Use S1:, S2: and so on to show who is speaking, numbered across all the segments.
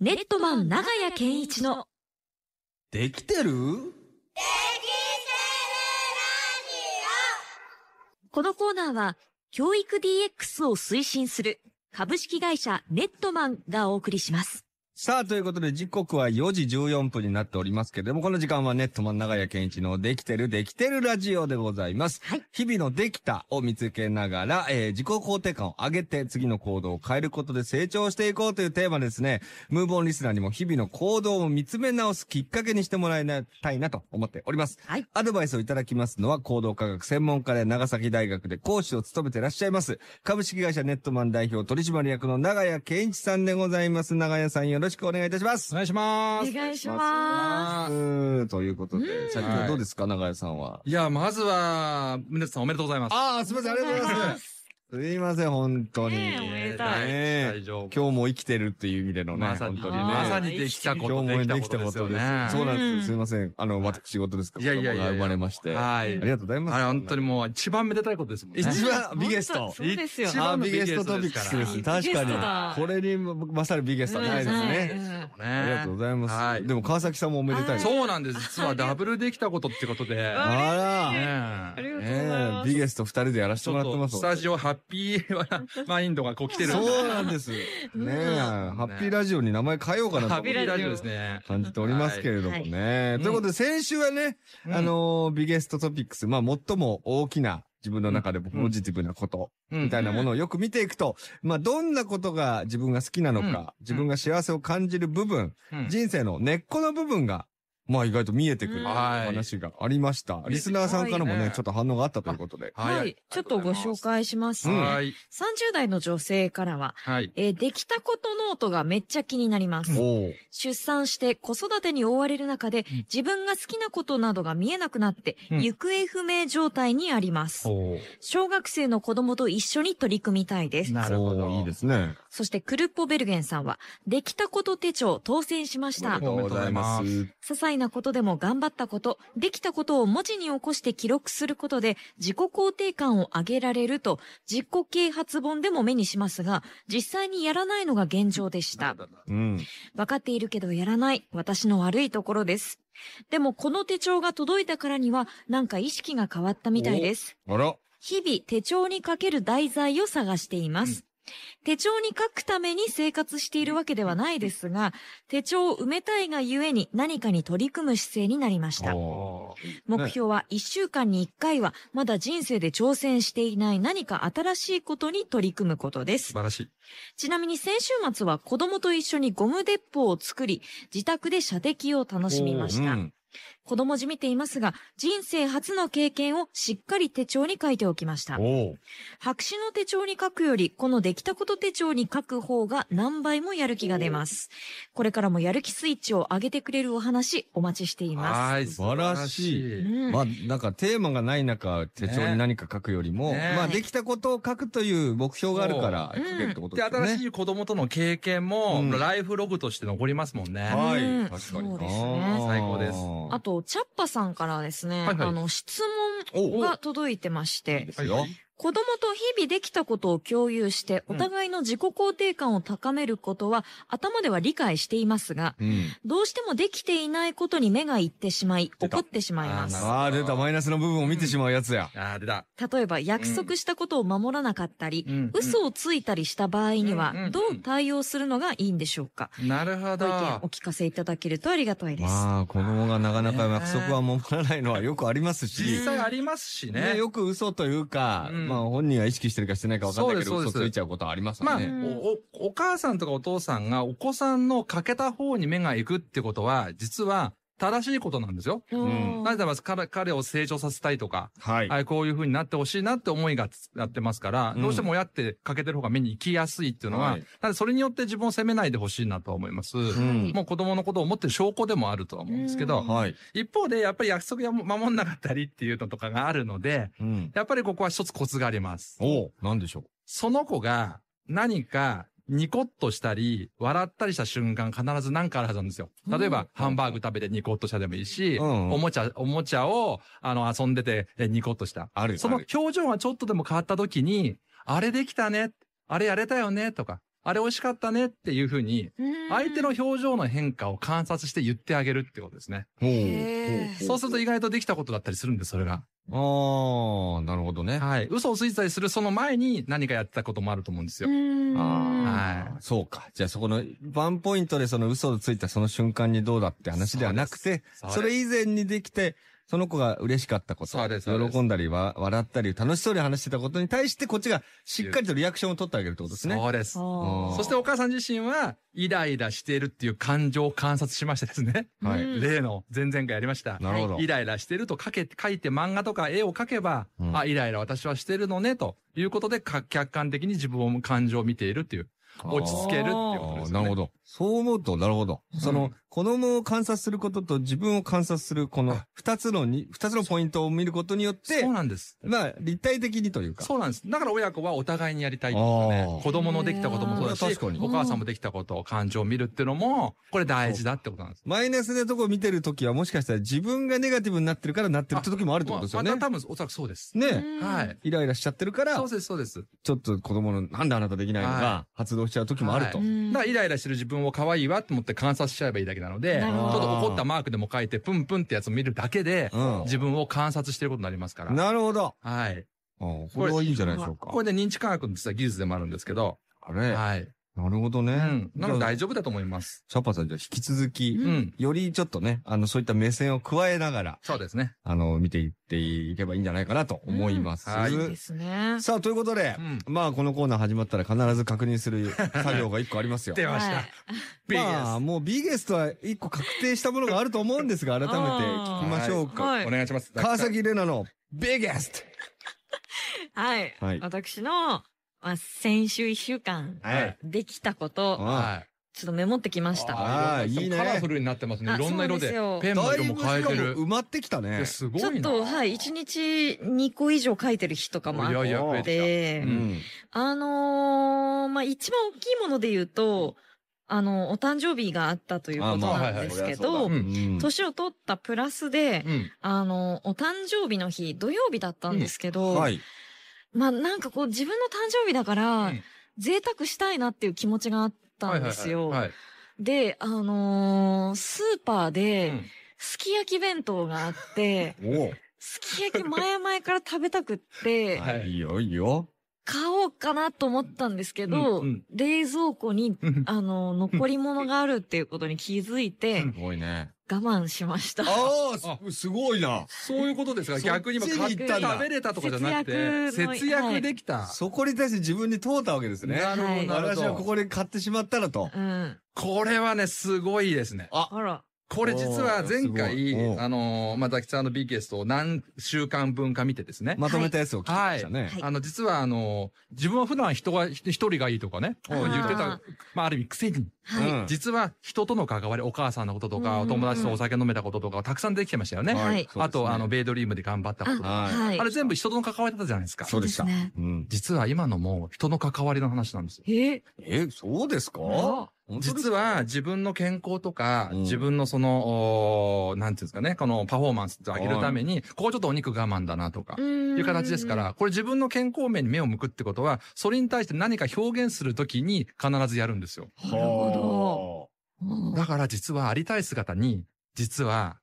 S1: ネットマン長屋健一の
S2: できてる
S1: このコーナーは教育 DX を推進する株式会社ネットマンがお送りします。
S2: さあ、ということで時刻は4時14分になっておりますけれども、この時間はネットマン長屋健一のできてるできてるラジオでございます。
S1: はい。
S2: 日々のできたを見つけながら、えー自己肯定感を上げて次の行動を変えることで成長していこうというテーマですね。ムーボンリスナーにも日々の行動を見つめ直すきっかけにしてもらいたいなと思っております。
S1: はい。
S2: アドバイスをいただきますのは、行動科学専門家で長崎大学で講師を務めていらっしゃいます。株式会社ネットマン代表取締役の長谷健一さんでございます。長谷さんよろしくお願いいたします。
S3: お願いしま
S1: お
S3: す。
S1: 願いしま
S2: うーんということ
S1: う
S2: で、
S1: ん
S2: 最近はどうですか、長谷さんは。
S3: いや、まずは、宗さんおめでとうございます。
S2: ああ、すみません、ありがとうございます。
S1: す。
S2: すいません、本当に。
S1: ねえおめでたい
S2: ねえ
S3: 大丈夫。
S2: 今日も生きてるっていう意味でのね、
S3: まさ
S2: 本
S3: に、
S2: 当にね。
S3: まさにできたこ
S2: 今
S3: と、
S2: 日も
S3: できた
S2: で
S3: こ
S2: き
S3: と
S2: た
S3: で
S2: こ
S3: す
S2: と
S3: よ
S2: です。
S3: ね。
S2: そうなんで
S1: うん
S2: す。すみません。あの、私事ですから、
S3: いやいやいやいや
S2: 子供が生まれまして。あ
S3: は
S2: り
S3: い。
S2: がとうござい
S3: あれ、
S2: ます。
S3: 本当にもう一番めでたいことですもんね。
S2: 一番ビゲス
S1: 本
S2: ト
S1: 当。そうですよ
S3: 一。
S2: あ
S3: 番の
S2: ビゲストトピックスです。
S1: ビゲストだ
S2: 確
S1: ビゲスト
S2: か
S1: だ
S2: に。これに勝るビゲストはないです
S1: うんない
S2: ね。
S3: ね。
S2: ありがとうございます。
S3: はい
S2: でも川崎さんもおめでたい。
S3: そうなんです。実はダブルできたことってことで。ね
S2: あら。
S3: あ
S1: りがとうござい
S2: え
S1: ま
S2: えビ
S1: す。
S2: ゲスト二人でやらせ
S3: ち
S2: て
S3: ょ
S2: も
S3: っ
S2: らってま
S3: と、
S2: す。
S3: スタジオハッピーマインドがこう来てるんで
S2: そうなん です。ね
S1: うん
S2: え、ハッピーラジオに名前変えようかな
S3: ハッ
S2: と
S3: ピーラジオですね。
S2: 感じておりますけれどもね。
S3: い
S2: ということで、先週はね、
S3: うん
S2: あ、のービゲストトピックス、まあ、最も大きな自分の中でポジティブなこと
S3: み
S2: みたいなものをよく見ていくと、まあ、どんなことが自分が好きなの
S3: うん
S2: か、自分が幸せを感じる部分、
S3: うん
S2: 人生の根っこの部分が、まあ、意外と見えてくる
S1: うん
S2: 話がありました。リスナーさんからも
S3: はい
S2: ね、
S3: ね
S2: ちょっと反応があったということで。
S1: はい、ちょっとご紹。介します、ね
S2: うん
S3: はい。
S1: 30代の女性からは、
S3: はい。
S1: えーできたことノートがめっちゃ気になります。
S2: おう
S1: 出産して子育てに追われる中で
S3: うん、
S1: 自分が好きなことなどが見えなくなって、
S3: うん
S1: 行方不明状態にあります。
S3: お
S1: 小学生の子供と一緒に取り組みたいです。
S3: なるほど。
S2: おういいですね。
S1: そして、クルッポベルゲンさんは、できたこと手帳当選しまし
S2: あ
S1: た
S2: り。がとうございま
S3: おめ
S2: す。
S1: 些細なことでも頑張ったこと、できたことを文字に起こして記録することで、自己肯定感を上げられると、自己啓発本でも目にしますが、実際にやらないのが現状でした。
S2: うん。
S1: わかっているけどやらない。私の悪いところです。でもこの手帳が届いたからには、なんか意識が変わったみたいです。
S2: あら。
S1: 日々手帳にかける題材を探しています。手帳に書くために生活しているわけではないですが、手帳を埋めたいがゆえに何かに取り組む姿勢になりました。
S2: おう
S3: お
S1: 目標は1週間に1回は、まだ人生で挑戦していない何か新しいことに取り組むことです
S3: 素。晴らしい。
S1: ちなみに先週末は子供と一緒にゴム鉄砲を作り、自宅で射的を楽しみました。
S2: うん
S1: 子供じみていますが、人生初の経験をしっかり手帳に書いておきました。
S2: おう
S1: 白紙の手帳に書くより、このできたこと手帳に書く方が何倍もやる気が出ます。これからもやる気スイッチを上げてくれるお話、お待ちしています。
S3: はい。
S2: 素晴らし
S3: 素晴らしい。
S1: うん
S2: まあ、なんかテーマがない中、手帳に何か書くよりも、
S3: ね
S2: まあ、できたことを書くという目標があるから、
S1: そう
S2: 書けるってこと
S3: で、
S2: ですよね。
S3: 新しい子供との経験も、
S2: うん
S3: ライフログとして残りますもんね。
S1: はいう
S2: は
S1: ん
S2: い。確か
S1: そ
S2: に
S1: うですね
S2: あー
S3: 最高です
S1: あと、チャッパさんからはですね、
S3: はいはい
S1: あの、質
S2: お
S1: 問
S2: う
S1: が届いてまし
S2: いい
S1: て
S2: で、すよ。
S1: 子供と日々できたことを共有して、お
S3: うん
S1: 互いの自己肯定感を高めることは、頭では理解していますが、
S2: うん。
S1: どうしてもできていないことに目がいってしまい、
S2: 出た
S1: 怒ってしまいま
S3: あ
S1: す
S3: ー。
S2: ああ、出たマイナスの部分を見てしまうやつや。
S3: あー、出た。
S1: 例えば、約束したことを守らなかったり、
S3: うん
S1: 嘘をついたりした場合に
S3: うんうんう
S1: は、
S3: ん
S1: どう対応するのがいいんでしょうか
S3: なるほ
S1: ご
S3: ど
S1: 意。見お聞かせいただけるとありがたいです。
S2: まあ、子供がなかなか約束は守らないのはよくあります
S3: 実
S2: し、
S3: 際ありますし
S2: ね、
S3: ね。
S2: よく嘘というか、
S3: うん
S2: まあ、本人が意識してるかしてないか分かんないけど、
S3: そうで
S2: 嘘
S3: すそうです
S2: ついちゃうことはあります
S3: ま
S2: よ
S3: あ、
S2: ね。
S3: お、おお母さんとかお父さんがお子さんの欠けた方に目が行くってことは、実は正しいことなんですよ。
S2: うん
S3: なぜなら彼彼を成長させたいとか、
S2: はい。
S3: はい、こういう風になってほしいなって思いがつやってますから、
S2: うん
S3: どうしても親って欠けてる方が目に行きやすいっていうのは、
S2: はい
S3: ただそれによって自分を責めないでほしいなとは思います。
S2: うん。
S3: もう子供のことを思ってる証拠でもあるとは思うんですけど、
S1: うん
S2: はい。
S3: 一方でやっぱり約束が守んなかったりっていうのとかがあるので、
S2: うん。
S3: やっぱりここは一つコツがあります。
S2: おう、なんでしょう。
S3: その子が何かニコッとしたり、笑ったりした瞬間必ず何かあるはずなんですよ。例えば、
S1: うん
S3: ハンバーグ食べてニコッとしたでもいいし、
S2: うん
S3: おもちゃ、おもちゃを、あの、遊んでてえニコッとした。
S2: ある
S3: その表情がちょっとでも変わった時に、あれできたね、あれやれたよね、とか、あれ美味しかったねっていうふうに、
S1: うん
S3: 相手の表情の変化を観察して言ってあげるってことですね。
S2: ほう
S1: へー
S3: そうすると意外とできたことだったりするんです、それが。
S2: と。ああ、なるほどね。
S3: はい。嘘をついてたりするその前に何かやってたこともあると思うんですよ。
S1: うん
S2: ああ、
S3: は
S2: そうか。じゃあそこのワンポイントでその嘘をついたその瞬間にどうだって話ではなくて、
S3: そ
S2: そう
S3: です
S2: れ以前にできて、その子が嬉しかったこと、
S3: そうですそうです
S2: 喜んだりわ笑ったり楽しそうに話してたことに対してこっちがしっかりとリアクションを取ってあげるってことですね。
S3: そうです。
S2: あー
S3: そしてお母さん自身は、イライラしているっていう感情を観察しましてですね。
S2: は
S1: う
S2: い。
S1: ん
S3: 例の前々回やりました。
S2: なるほど。
S3: イライラしてると書け、書いて漫画とか絵を描けば、
S2: うん
S3: あ、イライラ私はしてるのね、ということで、か客観的に自分の感情を見ているっていう。落ち着けるっていうことです
S2: あ
S3: よね
S2: ーなるほど。そう思うと、なるほど。
S3: うん
S2: その、子供を観察することと自分を観察する、この二つのに、二つのポイントを見ることによって
S3: そう、なんです。
S2: まあ、立体的にというか。
S3: そうなんです。だから親子はお互いにやりたいっていうか
S2: あ
S3: ね
S2: ー。
S3: 子供のできたこともそうだし、
S2: いや確かに
S3: お母さんもできたことを感情を見るっていうのも、これ大事だってことなんです。
S2: マイナスなとこ見てるときはもしかしたら自分がネガティブになってるからなってるって時もあるってことですよね
S3: まあ。また多分おそらくそうです。
S2: ね
S1: うん
S3: はい。
S2: イライラしちゃってるから
S3: そ、うです、そうです。
S2: ちょっと子供のなんであなたできないのが
S3: は
S2: 発動しちゃう時もあると。
S1: う
S2: うん
S1: ん
S3: だからイライラしてる自分を可愛いわって思って観察しちゃえばいいだけなので、ち
S1: なる
S3: ょ
S1: ほど
S3: っと怒ったマークでも書いて、プンプンってやつを見るだけで、自分を観察してることになりますから。
S2: なるほど。
S3: はい。
S2: うんこれはいいんじゃないでしょうか。
S3: これで認知科学の実は技術でもあるんですけど、
S2: あれ、
S3: はい。
S2: なるほどね。
S3: うん。なので
S2: じゃあ
S3: 大丈夫だと思います。
S2: シャッパさんじゃあ引き続き、
S1: う
S3: うんん。
S2: よりちょっとね、あの、そういった目線を加えながら、
S3: そうですね。
S2: あの、見ていっていけばいいんじゃないかなと思います。
S3: うんはい
S1: いいですね。
S2: さあ、ということで、
S3: うん
S2: まあ、このコーナー始まったら必ず確認する作業が一個あり ますよ。
S3: 出まし
S1: は
S3: た
S1: い。
S3: ビー
S2: まあ、もうビゲストは一個確定したものがあると思うんですが、改めて聞きましょうか。
S1: あーはい
S3: お願いします。
S2: 川崎玲奈のビゲス
S1: はい。
S2: はい
S1: 私の、まあ、先週一週間
S2: ト、
S3: はい
S1: できたこ
S2: う
S1: と、
S2: ん
S3: はい。
S1: ちょっとメモってきました。
S2: あー
S3: ー
S2: いいね
S3: カラフルになってますね。
S1: あ
S3: いろんな色で。
S1: そうです
S3: ペンの
S2: だい
S3: 色
S2: ぶ
S3: も
S2: しかも
S3: 変えてる。
S2: 埋まってきた
S3: い
S2: ね
S3: や、。すごい
S1: ち
S3: な。
S1: ょっと、はい、一日2個以上書いてる日とかもあ
S3: いや
S1: っ
S3: いや、増えて
S1: て、
S3: う
S2: うんん。
S1: あのーまあ、一番大きいもので言うと、あの、お誕生日があったということ
S2: あまあ
S1: なんですけ
S2: はいはい
S1: ど
S2: う、ん
S1: 年を取ったプラスで
S3: き、た。うん。
S1: あの、お誕生日の日、土曜日だったんですけど、
S2: はい。
S1: まあ、なんかこう自分の誕生日だから、
S3: うん
S1: 贅沢したいなっていう気持ちがあったんですよ。
S3: はいはいはい
S1: で、あのースーパー
S3: はい。
S1: で、
S3: うん
S1: すき焼き弁当があ って、
S2: おう
S1: すき焼き前々から食べたくって、
S3: はい
S2: いいよ、いいよ。
S1: 買おうかなと思ったんですけど、
S3: うんうん
S1: 冷蔵庫に、
S3: うん
S1: あの、残り物があるっていうことに気づいて
S3: う、
S2: すごいね。
S1: 我慢しました。
S2: ああ、すすごいな。
S3: そういうことですが、
S2: そっち
S3: 逆に今
S2: に
S3: 買
S2: 行
S3: って
S2: ったんだ
S3: 食べれたとかじゃなくて、
S1: 節約の
S3: 節約できた。
S2: そこに対して自分に通ったわけですね。
S3: なるほ
S1: はい
S3: ど、なる
S2: 私は
S3: ほ
S2: こ
S3: ど。
S2: こで買ってしまったらと。
S1: うん。
S3: これはね、すごいですね。
S1: あら。
S3: これ実は前
S2: おーすごいお
S3: 回、
S2: ー
S3: あのー、まあ、ザキさんのビーケストを何週間分か見てですね。
S2: まとめたやつを聞きましたね。
S1: はい
S3: あの、実はあのー、自分は普段人が、ひ一人がいいとかね、
S1: あー
S3: 言ってた、まあ、ある意味癖に。
S1: はい。
S2: うん
S3: 実は人との関わり、お母さんのことと
S1: うん
S3: か、お友達とお酒飲めたこととか、たくさんできてましたよね。
S1: はい
S2: そうですね
S3: あと、あの、ベイドリームで頑張ったこととか。
S1: あ
S2: はい
S1: はい。
S3: あれ全部人との関わりだったじゃないですか。
S2: そうでした
S1: そうですね。
S2: うん
S3: 実は今のも人の関わりの話なんですよ。
S1: え
S2: え、そうですか
S1: あ
S2: 本当ですか
S3: 実は自分の健康とか、
S2: うん
S3: 自分のその、おーなんていうんですかね、このパフォーマンスを上げるために、ここちょっとお肉我慢だなとか、
S1: い
S3: いう形ですか。ら、これ自分の健康面に目を向くってことは、それに対して何か表現するときに必ずやるんですよ。
S1: なるほど。うん
S3: だから実はありたい姿に、実は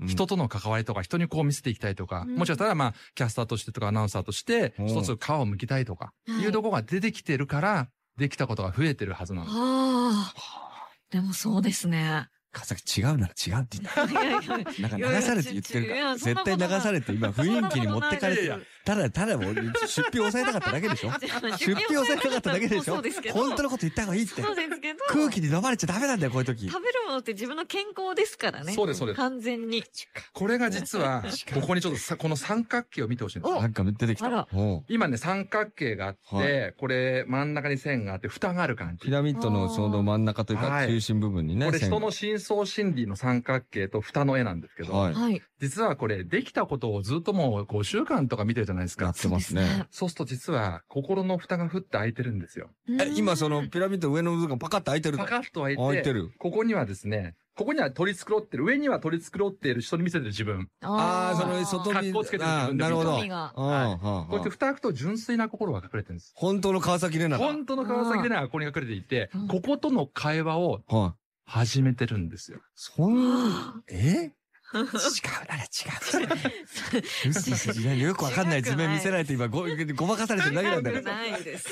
S2: うん
S3: 人との関わりとか、人にこう見せていきたいとか、
S1: うん
S3: もしかしたらまあ、キャスターとしてとかアナウンサーとして、
S2: うん
S3: 一つ皮を剥きたいとか、
S1: はい
S3: いうとこが出てきてるから、できたことが増えてるはずなんです。
S1: ああ。でもそうです ね。
S2: 川崎違うなら違うって言っ
S1: いやいやいや
S2: た。なんか流されて言ってるか
S1: いや
S2: ら。
S1: そんな
S2: 絶
S1: こと
S2: 対
S1: ない
S2: 流されて、今雰囲気に持ってかれて
S3: いやい
S2: る。ただ、ただ、俺出費抑えたかっただけでしょ出費抑えたかっただけでし
S1: そ
S2: ょ
S1: う ですけど。
S2: 本当のこと言った方がいいって
S1: そ。うですけど。
S2: 空気に飲まれちゃダメなんだよ、こういう時。
S1: 食べるものって自分の健康ですからね。
S3: そうですそうです
S1: 完全に。
S3: これが実は、ここにちょっとさ、この三角形を見てほしいんです。
S2: なんか出てき
S1: あ
S2: た
S1: ら。
S2: おう
S3: 今ね、三角形があって、
S2: は
S3: これ真ん中に線があって、蓋がある感
S2: ピ
S3: じ。
S2: ラミッドのその真ん中という
S3: は
S2: か、
S3: い
S2: 中心部分にね。
S3: これ人の
S2: 線
S3: 深層心理の三角形と蓋の絵なんですけど、
S2: がはい。
S1: はい。
S3: 実はこれ、できたことをずっともう5週間とか見てるじゃないです
S2: な
S3: か
S2: っ。てますね。
S3: そうすると実は、心の蓋がふって開いてるんですよ。
S1: う
S2: え
S1: ん、
S2: 今そのピラミッド上の部分がパカッと開いてるの
S3: パカッと開いて、
S2: 開いてる。
S3: ここにはですね、ここには取り繕ってる、上には取り繕っている人に見せてる自分。
S2: ああ、その
S1: ー
S2: 外見。
S3: 格好つけてる
S2: あーなるほど。
S1: 外
S2: うん
S1: 見が
S2: うんうん
S3: こうやって蓋開くと純粋な心が隠れてるんです。
S2: 本当の川崎玲奈だ。
S3: 本当の川崎でね、ここに隠れていて
S1: うん、
S3: こことの会話を
S2: はい。
S3: 始めてるんですよ。
S2: そんな、
S1: は
S2: え違うなら違う。嘘嘘いやよくわかんない図面見せられて今ご、ごまかされてるだけなんだ
S1: あ
S2: よ。
S1: ないです。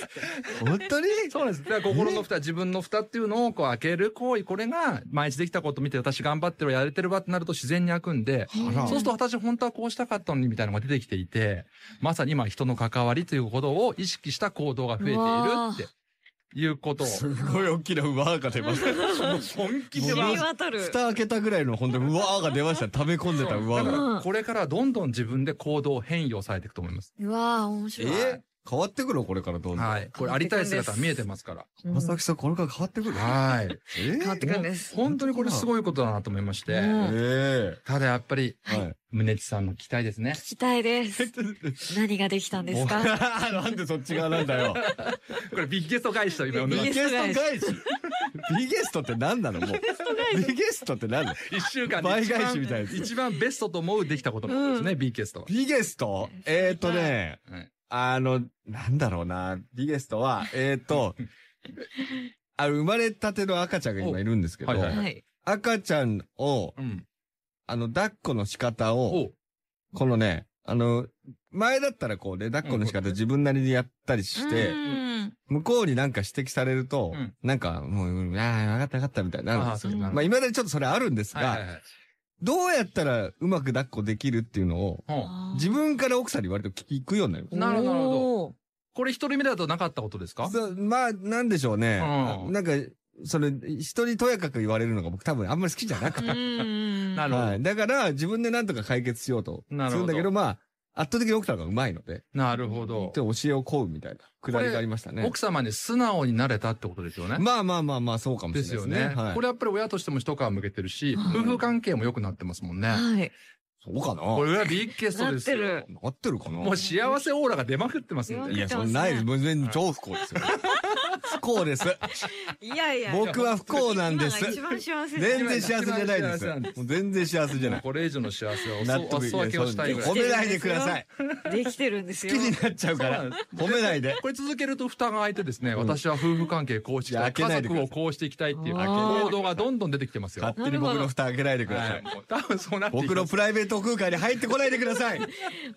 S2: 本当に
S3: そうなんです。だから心の蓋、自分の蓋っていうのをこう開ける行為、これが毎日できたこと見て私頑張ってるわ、やれてるわってなると自然に開くんで、
S2: あら
S1: ん
S3: そうすると私本当はこうしたかったのにみたいなのが出てきていて、まさに今人の関わりということを意識した行動が増えているっていうことを。
S2: すごい大きなうわーが出ました。本気
S1: 知
S2: で
S1: り
S2: わー。
S1: 渡る。
S2: 蓋開けたぐらいの本当にうわーが出ました。溜め込んでたうわ
S3: だ
S2: ー
S3: か
S2: が。
S3: らこれからどんどん自分で行動変容されていくと思います。
S1: うわあ、面白い。
S2: え変わってくるこれからどんどん。
S3: は
S2: 川
S3: い。これありたい姿は見えてますから。
S1: うん
S2: 崎さん、これから変わってくる
S3: はい。
S2: え
S1: 変わってくるんです。
S3: 本当にこれすごいことだなと思いまして。
S1: うん
S2: え
S3: ただやっぱり、
S2: え。はい。
S3: 宗地さんの期待ですね。
S1: 聞きたいです。何ができたんですか
S2: なんでそっち側なんだよ。
S3: これビッゲスト返しと今呼んで
S2: ビ
S3: ます
S2: ゲスト返し。 ビゲストって何なのもう。ビゲストって何なの
S3: 一週間で
S2: 倍
S3: 一
S2: 返し
S3: 番
S2: みたいなやつ。
S3: 一番ベストと思うできたことのことですね、ビッゲス トは。
S2: ビゲストえっ、ー、とね、
S3: はい
S2: あの、なんだろうな。ビゲストは、えっ、ー、 と、あの、生まれたての赤ちゃんが今いるんですけど、
S3: おはいはい
S1: はい。
S2: 赤ちゃんを、
S3: うん。
S2: あの、抱っこの仕方を、
S3: お
S2: このね、あの、前だったらこうね、抱っこの仕
S3: うん
S2: 方自分なりにやったりして、
S1: うん
S2: 向こうになんか指摘されると、
S3: うん
S2: なんか、もう、うんああ、わかったわかったみたいになるんです
S1: よ
S2: よ。
S3: あーそういうの
S2: まあ、未だにちょっとそれあるんですが、
S3: はいはいはい
S2: どうやったらうまく抱っこできるっていうのを、
S3: ほう
S2: 自分から奥さんに割と聞くようになりま
S3: なるほどなるほど
S1: ど。
S3: これ一人目だとなかったことですか
S2: す。そうまあ、なんでしょうね。
S3: うん
S2: なんか、それ、人にとやかく言われるのが僕多分あんまり好きじゃなくて。
S1: うん
S3: なるほど
S2: はい。だから、自分でなんとか解決しようとす
S3: なるほど
S2: るんだけど、まあ、圧倒的に奥さんがうまいので、
S3: なるほど
S2: ち。ょっと教えを請うみたいな、くだりがありましたね。
S3: 奥様に素直になれたってことですよね。
S2: まあまあまあまあ、そうかもしれな
S3: で
S2: い
S3: す
S2: です
S3: よ
S2: ね。
S3: ね。
S2: はい
S3: これやっぱり親としても一皮向けてるし、
S1: はい
S3: 夫婦関係も良くなってますもんね。
S1: はい。
S2: そうか
S3: こ
S2: な
S3: れはビッゲストですよ。
S1: なってる
S2: なってるかな
S3: もう幸せオーラが出まくってますん
S1: う
S3: で。
S2: いや、
S1: 出て
S2: そ
S1: ますね
S2: んなないです。全然超不幸ですよ。不幸です。
S1: いやいや。
S2: 僕は不幸なんです
S1: 今が。一番幸せ
S2: 全然幸せじゃないです。
S3: 今
S2: も
S3: 一番幸せなんです
S2: う全然幸せじゃない。
S3: これ以上の幸せをお
S2: 納
S3: そお
S2: 得い
S3: 裾分けをしたいぐらい
S2: 褒。めないでください。
S1: できてるんです
S2: 好き
S1: よ。
S2: になっちゃうから。褒めないで。
S3: これ続けると蓋が開いてですね、
S2: ん
S3: 私は夫婦関係こうしていきたい、
S2: いや開けな
S3: 家
S2: いでく
S3: 族
S2: ださ
S3: を
S2: い
S3: こうしていきたいっていう
S1: あー
S3: 行動がどんどん出てきてますよ。は
S2: 勝手に僕の蓋開けないでくださ
S3: い、
S2: い。
S3: もう多分そうなっていき
S2: 僕
S3: ま
S2: の
S3: す
S2: プライベート空間に入ってこないでください。
S1: もう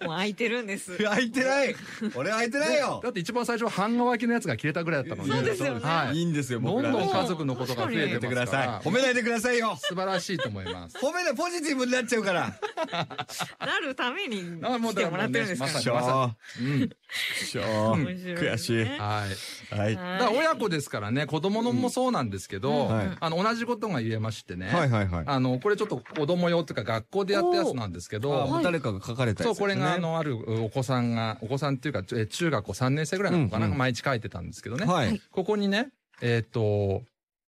S1: 空いてるんです。
S2: 開いてない。俺開いてないよ
S3: だ。って一番最初は半乾きのやつが切れたぐらいだったので。
S2: そうです
S1: よね
S3: はい
S2: い。いんですよ、
S3: ど
S2: 僕
S3: ん
S2: ら。
S3: どん
S2: 褒
S3: 家族のことが増え
S2: め
S3: て
S2: て
S3: ま
S2: くだ
S3: すか
S2: さ
S3: ら。
S2: い。褒めないでくださいよ。
S3: 素晴らしいと思います。
S2: 褒めない、ポジティブになっちゃうから。
S1: なるために
S3: あもう
S1: 来て
S3: だから
S1: もらってるんですか
S3: ま
S1: ら
S3: さ
S1: ね
S3: に
S2: しょー。
S3: うん。
S2: しょー。
S1: 面白い
S2: 悔
S1: で
S2: し
S1: す
S2: い
S1: ね。
S3: はい。
S2: はい。
S1: は
S2: はい
S1: い
S3: だから親子ですからね、子供のもそうなんですけど、
S1: うん
S2: はい
S3: あの、同じことが言えましてね。
S2: いはいはい。
S3: あの、これちょっと子供用というか学校でやったやつなんですけ
S2: あ
S3: ど、
S2: もう誰かが書かれたや
S3: そう、
S2: つ
S3: こ
S2: で
S3: れ
S2: すね
S3: が、あの、あるお子さんが、お子さんっていうか、え中学校3年生ぐらいなのかな、
S2: うんうん
S3: 毎日書いてたんですけどね。
S2: はい。
S3: ここにね、えっ、と、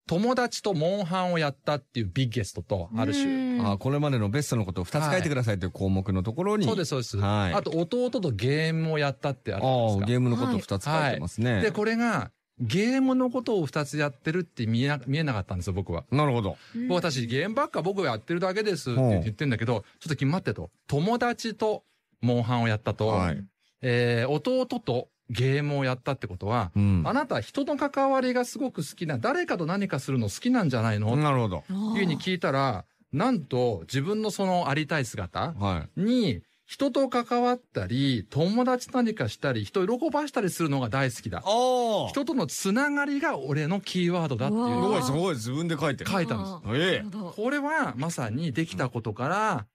S3: 友達とモンハンをやったっていうビッゲストと、ある種。
S1: うん
S2: あーこれまでのベストのことを2つ書いてくださいという項目のところに。
S3: そうです、そうです。
S2: はい
S3: あと、弟とゲームをやったってあ
S2: あ
S3: るじゃない
S2: あ、
S3: です
S2: ゲームのことを2つ書いてますね。
S3: か。で、これが、ゲームのことを2つやってるって見えな見えなかったんですよ、僕は。
S2: なるほど。
S1: うん
S3: 僕私、ゲームばっか僕がやってるだけですって言って言ってんだけど、ちょっと決まってと。友達とモンハンをやったと、
S2: はい。
S3: えー弟とゲームをやったってことは、
S2: うん。
S3: あなた人の関わりがすごく好きな、誰かと何かするの好きなんじゃないの、っ
S2: なるほど。
S3: ていうふうに聞いたら、なんと自分のそのありたい姿
S2: はい。
S3: に、人と関わったり、友達と何かしたり、人を喜ばしたりするのが大好きだ。
S2: お
S3: 人とのつながりが俺のキーワードだっていう
S2: す
S3: の
S1: う
S2: ご
S3: を
S1: わ
S2: い、すごい、自分で書いてる。
S3: 書いたんです。
S1: あー
S2: ええ
S1: なるほど
S3: これはまさにできたことから、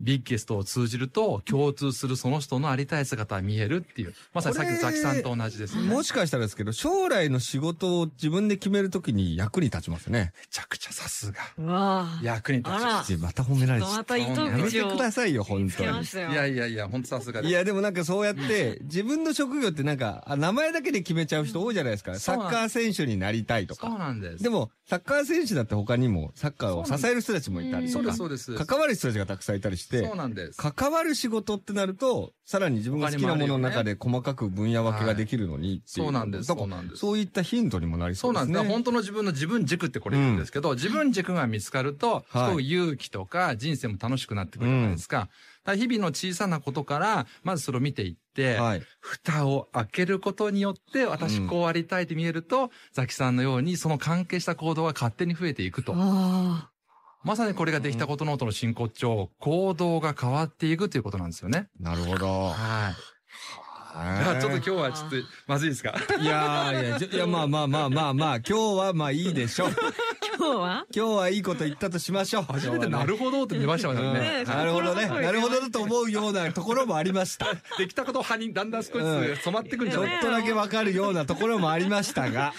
S3: ビッゲストを通じると共通するその人のありたい姿が見えるっていう。まさにさっきのザキさんと同じですね。め
S2: もしかしたらですけど、将来の仕事を自分で決めるときに役に立ちますね。
S3: ちゃくちゃさすが。
S1: うわあ。
S3: 役に立ち
S1: あら
S3: ます。
S2: また褒められちゃ
S1: ま
S2: った
S1: 糸
S2: た。やめて
S1: 口
S2: く
S1: を
S2: ださいよ、本
S1: つ
S2: 当
S1: けま
S2: に。
S1: したよ。
S3: いやいやいや、ほんとさすがで
S2: い
S3: す。
S2: や、でもなんかそうやって、 自分の職業ってなんか、あ名前だけで決めちゃう人多いじゃないですか。
S3: そ
S2: サ
S3: うなん
S2: ッカー選手になりたいと
S3: そう
S2: か。
S3: なんです。
S2: でも、サッカー選手だって他にも、サッカーを支える人たちもいたりと
S3: そうで
S2: か
S3: す、、そうです。
S2: 関わる人たちがたくさんいたりして
S3: そう、なんです。
S2: 関わる仕事ってなると、さらに自分が好きなものの中で細かく分野分けができるのにってい
S3: そうなんです。
S2: だ
S3: そ
S2: か
S3: う
S2: ら
S3: なんです。
S2: そういったヒントにもなりそ
S3: そう
S2: うで
S3: な
S2: す
S3: ん
S2: ね。
S3: です。だから本当の自分の自分軸ってこれ言うんですけど、自分軸が見つかると、す
S2: はい
S3: ごく勇気とか人生も楽しくなってくるじゃないですか。だから日々の小さなことから、まずそれを見ていって、
S2: はい。
S3: 蓋を開けることによって、私こうありたいって見えると、ザキさんのようにその関係した行動が勝手に増えていくと。
S1: あ
S3: まさにこれができたことノートの真骨頂、行動が変わっていくということなんですよね。
S2: なるほど。
S3: はい。じゃあちょっと今日はちょっとまずいですか
S2: いやーいやじゃ、いや、まあまあまあまあまあ、今日はまあいいでし ょう。
S1: あ。今日は
S2: 今日はいいこと言ったとしましょう。
S3: 初めてなるほどって出ましたもん
S2: うん
S3: ね。
S1: ね
S2: なるほどね。なるほどだと思うようなところもありました。
S3: できたこと派にだんだん少しずつ染まってくん じ
S2: ち
S3: ゃ
S2: ょっ
S3: ない、
S2: とだけわかるようなところもありました が、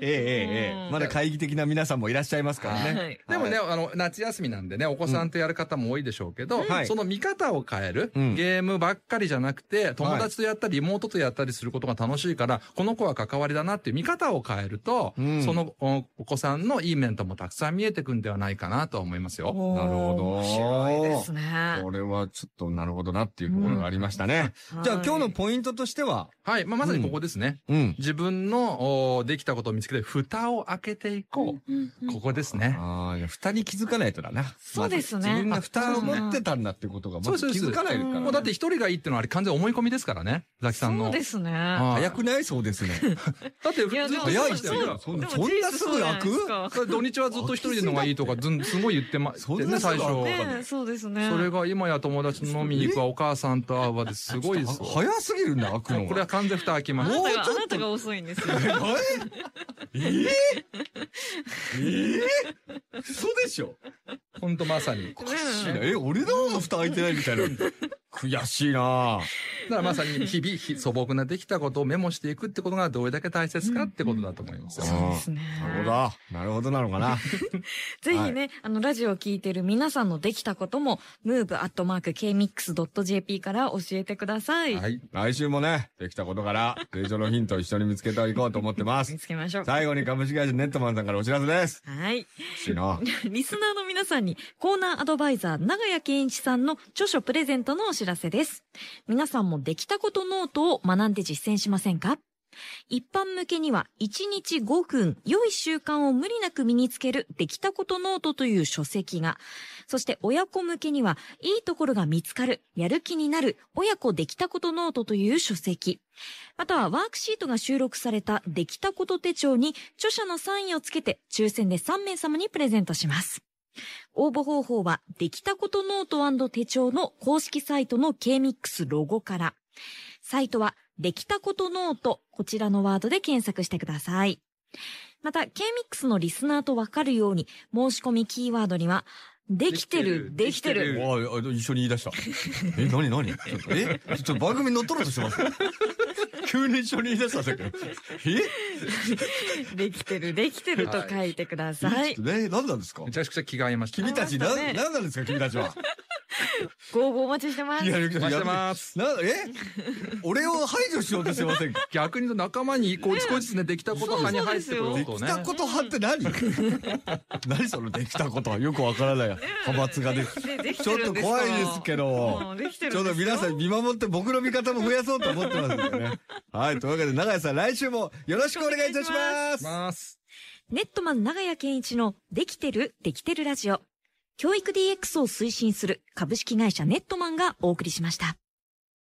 S2: ええええええ、まだ会議的な皆さんもいらっしゃいますから
S1: は
S2: ね
S1: い。
S3: でもね、あの、夏休みなんでね、お子さんとやる方も多いでしょうけど、
S2: うんはい
S3: その見方を変える、
S2: うん
S3: ゲームばっかりじゃなくて、友達とやったり、妹とやったりすることが楽しいから、この子は関わりだなっていう見方を変えると、
S2: うん
S3: そのおお子さんのいい面ともたくさん見えてくんではないかなとは思いますよ。
S2: なるほど
S1: 面白いですね。
S2: これはちょっとなるほどなっていうところがありましたね。じゃあ今日のポイントとしては、
S3: はい。まあ、まさにここですね。
S2: うん。
S3: 自分のおできたことを見つけて、蓋を開けていこう。ここですね。
S2: ああ、いや、蓋に気づかないとだな。
S1: そうですね
S2: まず自分が蓋を持ってたんだっていうことが、まず気づか
S1: そうそう
S2: ないから。
S1: そう
S3: もうだって一人がいいってのはあれ完全思い込みですからね。ザキさんの。
S1: そうですね。
S3: あ
S2: 早くないそうですね。
S3: だって、ずっ
S1: いやでも
S3: と
S2: 早い
S3: 一
S2: 人
S3: 人
S2: いるよ
S3: だから
S2: そんな
S1: でも
S2: そんなすぐ開く
S1: 事実そうじゃないですか
S3: 土日はずっと一人でのがいいとか、ずん、すごい言ってま
S2: そん
S3: て
S2: な
S3: ね、最初。
S2: そう
S1: ねえそうですね。
S3: それが今や友達と飲みに行くわ、お母さんと会うわですごいですよ。
S2: 早すぎるんだ、開く
S3: も
S2: の
S3: う
S2: が。
S3: これは完全蓋開きま
S1: あ
S3: し
S1: な
S3: た。
S1: た
S2: もう
S1: が、
S2: ちょ
S1: あ
S2: っと
S1: なたが遅いんですよ。
S2: ええええ嘘でしょ
S3: ほんとまさに。
S2: おかしいな。え、俺の方が蓋開いてないみたいな。悔しいな
S3: だからまさに日々、ひ素朴なできたことをメモしていくってことがどれだけ大切かってことだと思いますよ。
S1: そうですね。
S2: なるほど。なるほどなのかな。
S1: ぜひね、あの、ラジオを聞いてる皆さんのできたことも、move.kmix.jp から教えてください。
S3: はい。
S2: 来週もね、できたことから、成長のヒントを一緒に見つけていこうと思ってます
S1: 見。つけましょう。
S2: 最後に株式会社ネットマンさんからお知らせです。
S1: はい。
S2: 欲しいな。
S1: リスナーの皆さんにコーナーアドバイザー長谷健一さんの著書プレゼントのお知らせです。皆さんもできたことノートを学んで実践しませんか一般向けには1日5分良い習慣を無理なく身につけるできたことノートという書籍が、そして親子向けにはいいところが見つかる、やる気になる親子できたことノートという書籍。またはワークシートが収録されたできたこと手帳に著者のサインをつけて抽選で3名様にプレゼントします。応募方法はできたことノート手帳の公式サイトの KMIX ロゴから。サイトはできたことノートこちらのワードで検索してください。また KMIX のリスナーとわかるように申し込みキーワードにはできてる、で
S3: で
S1: き
S3: き
S1: て
S3: て
S1: る
S3: る、
S2: わああ一緒に言い出した。え、なになにえちょっと番組に乗っ取ろうとしてます。急に一緒に言い出したんだけど。え
S1: できてる、できてると書いてください。
S2: ね、何なんですか
S3: めちゃくちゃ気が合いました。
S2: 君たち、
S1: あ
S2: な、
S1: りましたね
S2: 何なんですか君たちは。
S1: ご応募お待ちしてます。
S2: や、や
S3: お待ちしてます。
S2: な、え 俺を排除しようとしてませんか
S3: 逆に言うと仲間にこう少しずつね、できたこと派に入ってくる
S2: で
S3: ことを
S2: き
S3: ね。
S2: たこと派って何 何そのできたことはよくわからない派閥ができ
S1: ででき
S2: ち
S1: て
S2: ょっ
S1: る
S2: と
S1: んです
S2: 怖いですけ
S1: も
S2: ど
S1: う。できてる
S2: ちょっと皆さん見守って僕の味方も増やそうと思ってますんでね。はい。というわけで、長谷さん、来週もよろしくお願いいたします。
S3: ます。
S1: ネットマン長屋健一のできてる、できてるラジオ。教育 DX を推進する株式会社ネットマンがお送りしました。